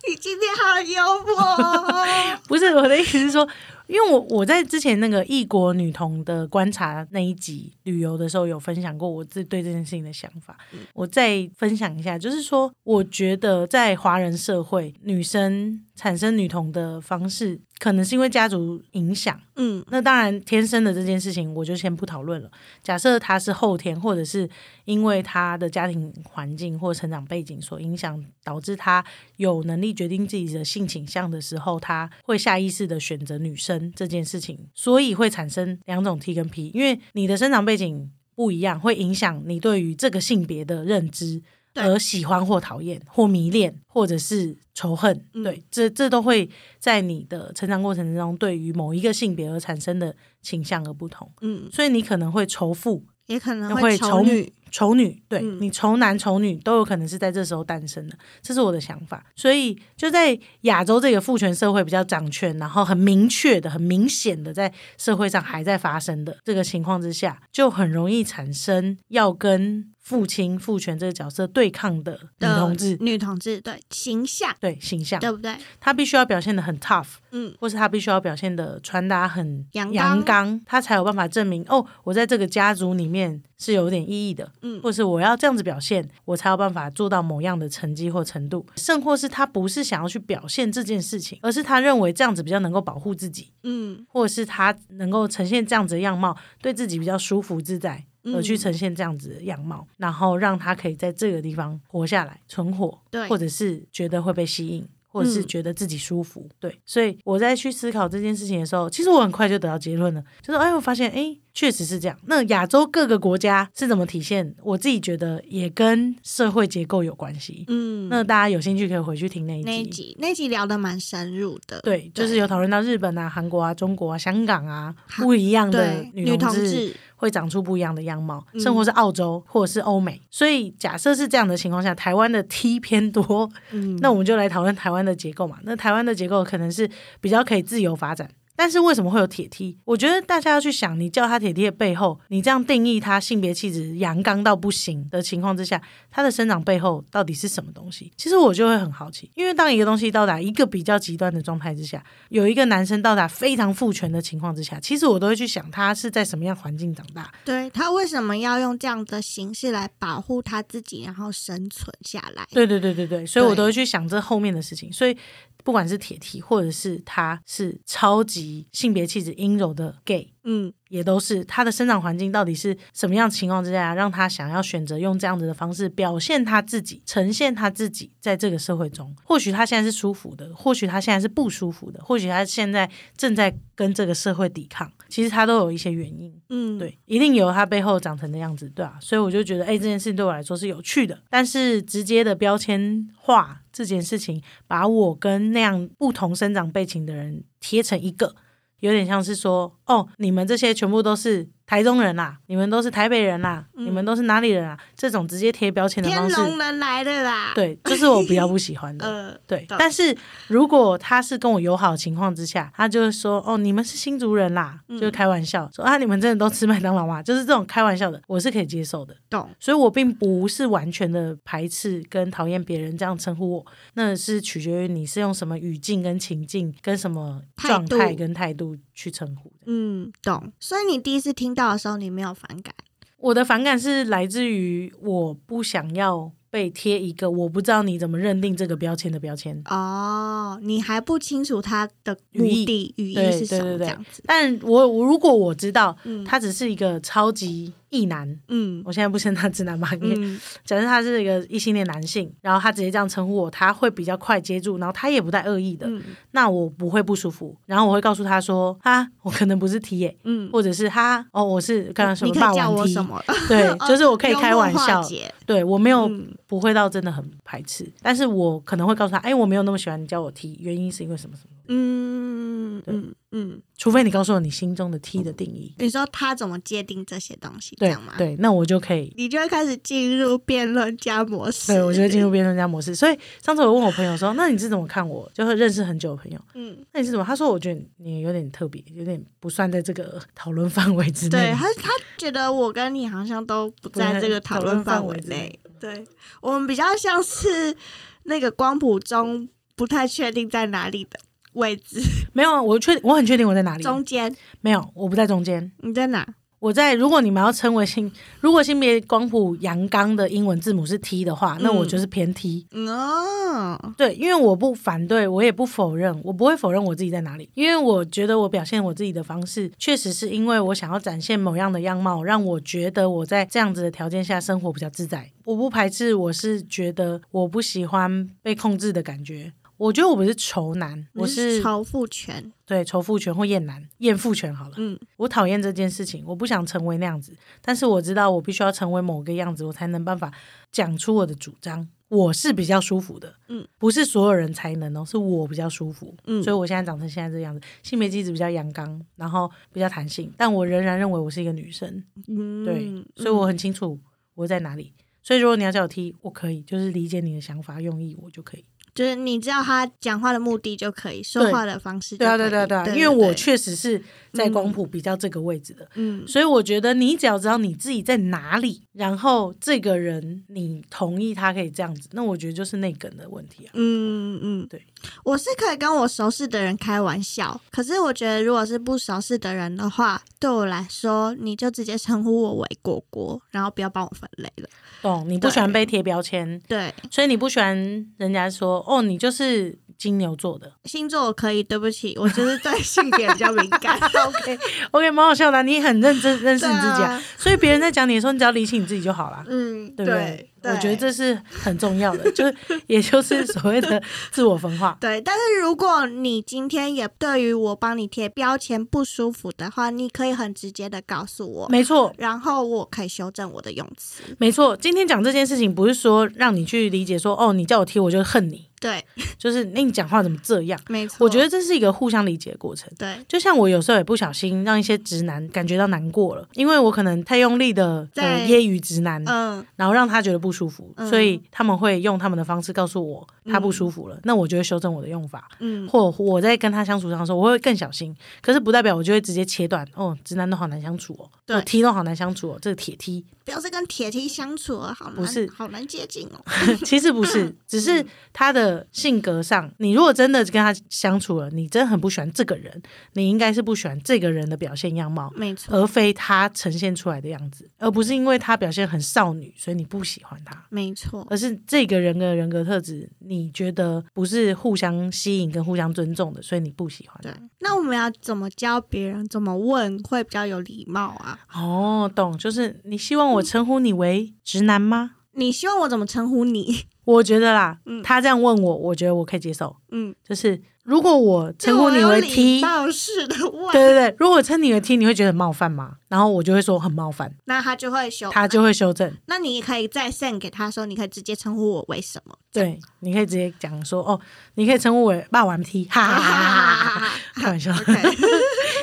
你今天好幽
<laughs>
默、哦，
不是我的意思是说，因为我我在之前那个异国女童的观察那一集旅游的时候，有分享过我自己对这件事情的想法。我再分享一下，就是说，我觉得在华人社会，女生产生女童的方式，可能是因为家族影响。
嗯
那当然，天生的这件事情我就先不讨论了。假设他是后天，或者是因为他的家庭环境或成长背景所影响，导致他有能力决定自己的性倾向的时候，他会下意识的选择女生这件事情，所以会产生两种 T 跟 P，因为你的生长背景不一样，会影响你对于这个性别的认知。
对
而喜欢或讨厌或迷恋，或者是仇恨，
嗯
对，这这都会在你的成长过程中，对于某一个性别而产生的倾向而不同，
嗯，
所以你可能会仇富、
也可能
会
会
仇
丑女，
仇女，对、
嗯
你仇男、仇女都有可能是在这时候诞生的，这是我的想法。所以就在亚洲这个父权社会比较掌权，然后很明确的、很明显的在社会上还在发生的这个情况之下，就很容易产生要跟父亲、父权这个角色对抗的女
的
同志。
女同志对形象，
对形象，
对不对？
他必须要表现的很 tough，
嗯，
或是他必须要表现的穿搭很
阳刚
阳刚，他才有办法证明哦，我在这个家族里面是有点意义的，
嗯
或是我要这样子表现，我才有办法做到某样的成绩或程度，甚或是他不是想要去表现这件事情，而是他认为这样子比较能够保护自己，
嗯，
或者是他能够呈现这样子的样貌，对自己比较舒服自在。
嗯
而去呈现这样子的样貌，然后让他可以在这个地方活下来、存活，
对
或者是觉得会被吸引，或者是
嗯
觉得自己舒服，对。所以我在去思考这件事情的时候，其实我很快就得到结论了，就是哎，我发现哎，确实是这样。那亚洲各个国家是怎么体现？我自己觉得也跟社会结构有关系。
嗯，
那大家有兴趣可以回去听那一集。
那一集那一集聊的蛮深入的，
对，就是有讨论到日本啊、韩国啊、中国啊、香港啊，不一样的
对
女
女
同
同
志
志，
会长出不一样的样貌，
嗯
甚或是澳洲或者是欧美。所以假设是这样的情况下，台湾的 T 偏多，
嗯，
那我们就来讨论台湾的结构嘛。那台湾的结构可能是比较可以自由发展。但是为什么会有铁 T？我觉得大家要去想，你叫他铁 T 的背后，你这样定义他性别气质阳刚到不行的情况之下，他的生长背后到底是什么东西？其实我就会很好奇，因为当一个东西到达一个比较极端的状态之下，有一个男生到达非常父权的情况之下，其实我都会去想他是在什么样环境长大，
对他为什么要用这样的形式来保护他自己，然后生存下来？
对对对对对，所以我
对
都会去想这后面的事情。所以不管是铁 T，或者是他是超级性别气质阴柔的 gay，
嗯，
也都是他的生长环境到底是什么样的情况之下，让他想要选择用这样子的方式表现他自己，呈现他自己在这个社会中。或许他现在是舒服的，或许他现在是不舒服的，或许他现在正在跟这个社会抵抗，其实他都有一些原因。
嗯，
对，一定有它背后长成的样子，对啊，所以我就觉得，哎、这件事对我来说是有趣的。但是直接的标签化这件事情，把我跟那样不同生长背景的人贴成一个，有点像是说，哦，你们这些全部都是台中人啦、你们都是台北人啦、你们都是哪里人啊？这种直接贴标签的
嗯天
方式，
龙人来了啦！，
对，这是我比较不喜欢的。
呃，
对，
懂
但是如果他是跟我友好的情况之下，他就会说：“哦，你们是新族人啦，就是开玩笑、说啊，你们真的都吃麦当劳吗？”就是这种开玩笑的，我是可以接受的。
懂，
所以我并不是完全的排斥跟讨厌别人这样称呼我，那是取决于你是用什么语境跟情境、跟什么状
态
态
度
跟态度去称呼的。
嗯，懂。所以你第一次听到的时候，你没有反感，
我的反感是来自于我不想要被贴一个我不知道你怎么认定这个标签的标签。
哦，你还不清楚他的目
语义
的语义
对
是什
对对
么
对
这样子。
但我我如果我知道
嗯
他只是一个超级异男，
嗯
我现在不称他直男吧，因为
嗯
假设他是一个异性恋男性，然后他直接这样称呼我，他会比较快接住，然后他也不带恶意的，
嗯
那我不会不舒服，然后我会告诉他说，哈，我可能不是 T 耶、
嗯，
或者是哈，哦，我是刚刚什
你
么
可
霸
以叫
王
我
T，
什
<laughs>
么？<laughs> 哦
对，就是我可以
幽默
开玩
化
笑，
解
对我没有
嗯
不会到真的很排斥，但是我可能会告诉他，哎，我没有那么喜欢你叫我 T，原因是因为什么什么，
嗯嗯嗯，
除非你告诉我你心中的 T 的定义，
你说他怎么界定这些东西，这
对
样吗？，
对，那我就可以
你就会开始进入辩论家模式。
对，我就会进入辩论家模式。所以上次我问我朋友说：“那你是怎么看我？”就是认识很久的朋友，
嗯，
那你是怎么？他说：“我觉得你有点特别，有点不算在这个讨论范围之
对
内。 <laughs>
他，他觉得我跟你好像都不在这个讨论范围内。对我们比较像是那个光谱中不太确定在哪里的位置，”
没有，啊，我确我很确定我在哪里。
中间
没有，我不在中间，
你在哪？
我在如果你们要称为性，如果性别光谱阳刚的英文字母是 T 的话，那我就是偏 T。
嗯哦，
对，因为我不反对，我也不否认，我不会否认我自己在哪里，因为我觉得我表现我自己的方式，确实是因为我想要展现某样的样貌，让我觉得我在这样子的条件下生活比较自在。我不排斥，我是觉得我不喜欢被控制的感觉。我觉得我不是仇男，我
你
是
超父权，
对仇富权或厌男、厌富权好了。
嗯，
我讨厌这件事情，我不想成为那样子，但是我知道我必须要成为某个样子，我才能办法讲出我的主张。我是比较舒服的，
嗯，
不是所有人才能哦，是我比较舒服，
嗯
所以我现在长成现在这样子，性别机制比较阳刚，然后比较弹性，但我仍然认为我是一个女生，
嗯，
对，
嗯
所以我很清楚我在哪里。所以如果你要叫我 T，我可以，就是理解你的想法用意，我就可以。
就是你知道他讲话的目的就可以，说话的方式就
对啊，
可
对
以
对对啊，
对，
因为我
对，
确实是在光谱比较这个位置的，
嗯
所以我觉得你只要知道你自己在哪里，然后这个人你同意他可以这样子，那我觉得就是内梗的问题啊。
嗯嗯，
对，
我是可以跟我熟识的人开玩笑，可是我觉得如果是不熟识的人的话，对我来说，你就直接称呼我为果果，然后不要帮我分类了。
懂？你不喜欢被贴标签，
对，
所以你不喜欢人家说哦，你就是金牛座的。
星座我可以，对不起，我就是对性别比较敏
<laughs>
感。OK，
OK，蛮好笑的啊，你很认真认识你自己、
对
啊
啊，
所以别人在讲你的时候，你只要理清你自己就好啦。
嗯，
对
对
不对？我觉得这是很重要的，就是也就是所谓的自我分化。
对，但是如果你今天也对于我帮你贴标签不舒服的话，你可以很直接的告诉我，
没错，
然后我可以修正我的用词。
没错。今天讲这件事情，不是说让你去理解说，哦，你叫我 T，我就恨你，
对，
就是那你讲话怎么这样？
没错，
我觉得这是一个互相理解的过程。
对，
就像我有时候也不小心让一些直男感觉到难过了，因为我可能太用力的呃
在
揶揄直男，
嗯，
然后让他觉得不舒服，
嗯
所以他们会用他们的方式告诉我他不舒服了，那我就会修正我的用法。
嗯，
或我在跟他相处上的时候，我会更小心。可是不代表我就会直接切断哦，直男都好难相处哦，
对
哦踢都好难相处哦，这个铁踢
不要是跟铁梯相处了，好难，
不是
好难接近哦。 <laughs>
其实不是，只是他的性格上，你如果真的跟他相处了，你真的很不喜欢这个人，你应该是不喜欢这个人的表现样貌，
没错，
而非他呈现出来的样子，而不是因为他表现很少女，所以你不喜欢他。
没错，
而是这个人的人格特质，你觉得不是互相吸引跟互相尊重的，所以你不喜欢他
对。那我们要怎么教别人，怎么问会比较有礼貌啊？
哦，懂，就是你希望我称呼你为直男吗？
你希望我怎么称呼你？
我觉得啦，
嗯
他这样问我，我觉得我可以接受。
嗯，
就是如果我称呼你为 T，对
貌似的问，
对对，如果我称你为 T，你会觉得很冒犯吗？然后我就会说很冒犯，
那他就会修。
他就会修正。
那你也可以再 send 给他说，你可以直接称呼我为什么？
对，你可以直接讲说哦，你可以称呼我霸王 T，哈哈哈哈哈哈，开玩笑。
<laughs> OK，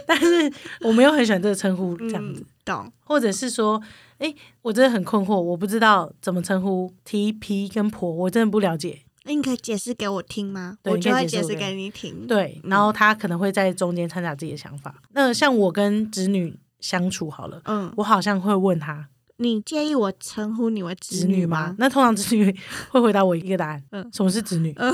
但是我没有很喜欢这个称呼， <laughs> 这样子，
嗯，懂。
或者是说，哎，我真的很困惑，我不知道怎么称呼 T、P 跟婆，我真的不了解。
那你可以解释给我听吗？
对
我
你
就
可以
会
解
解
释
释
我给
给你听。，
对，然后他可能会在中间掺杂自己的想法。那像我跟侄女相处好了，
嗯，
我好像会问他
你介意我称呼你为
侄
侄
女
女
吗
吗？？
那通常侄女会回答我一个答案，
嗯
什么是侄女？
呃， <laughs> 因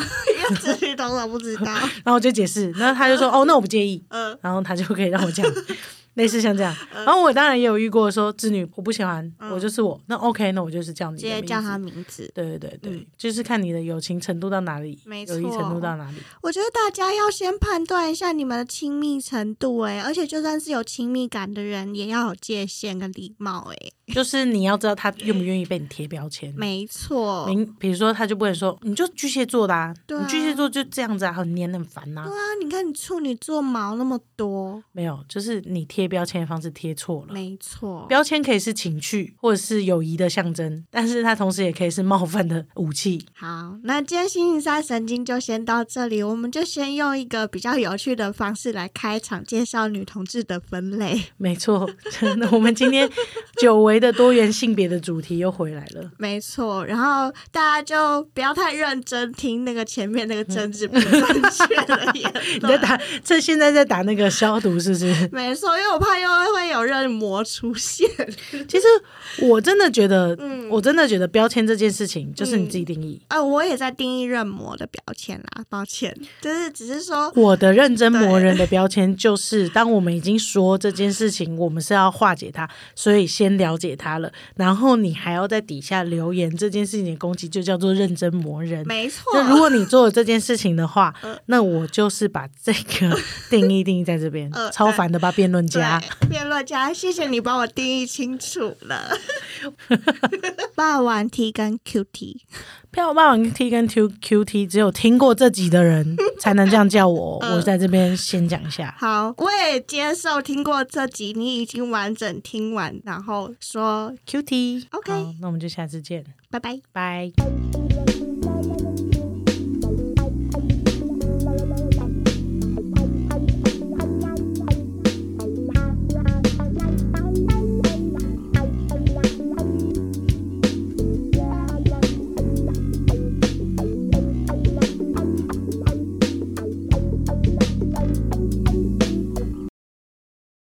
为侄女通常不知道。
然后我就解释，那他就说哦，那我不介意，
呃，
然后他就可以让我讲，
<laughs>
类似像这样。
嗯
然后我当然也有遇过说侄女我不喜欢，我就是我，那 OK，那我就是叫你
直
的名字
接叫他。名字。
对对对对，
嗯
就是看你的友情程度到哪里，
没
友谊程度到哪里。 <laughs>
我觉得大家要先判断一下你们的亲密程度，哎，而且就算是有亲密感的人，也要有界限跟礼貌，哎，
就是你要知道他愿不愿意被你贴标签。
嗯没错。
明，比如说他就不能说你就巨蟹座的啊，
对啊
你巨蟹座就这样子啊，很黏很烦呐、
对啊，你看你处女座毛那么多，
没有，就是你贴标签的方式贴错了。
没错，
标签可以是情趣或者是友谊的象征，但是它同时也可以是冒犯的武器。
好，那今天星期三神经就先到这里，我们就先用一个比较有趣的方式来开场，介绍女同志的分类。 <laughs>
<laughs> 没错，真的，我们今天久违的多元性别的主题又回来了。
没错，然后大家就不要太认真听那个前面那个政治不正确的言 <laughs>
你在
论。
打这现在在打那个消毒是不是？ <laughs>
没错，因为我怕又会有人魔出现。
其实我真的觉得，
嗯
我真的觉得标签这件事情就是你自己定义。
呃，我也在定义认魔的标签啦，抱歉，就是只是
<laughs>
说，
我的认真磨人的标签就是，当我们已经说这件事情，我们是要化解它，所以先了解它了，然后你还要在底下留言这件事情的攻击，就叫做认真磨人。
没错，
那如果你做了这件事情的话，那我就是把这个定义定义在这边，
呃
超烦的吧，辩论
对
家。
辩论家，谢谢你帮我定义清楚
<laughs>
了。霸王 T 跟 QT，
票霸王 T 跟 Q Q T 只有听过这集的人才能这样叫我，我在这边先讲一下。
好，我也接受听过这集，你已经完整听完，然后说
Q T，
OK
好，那我们就下次见，
拜拜。
拜。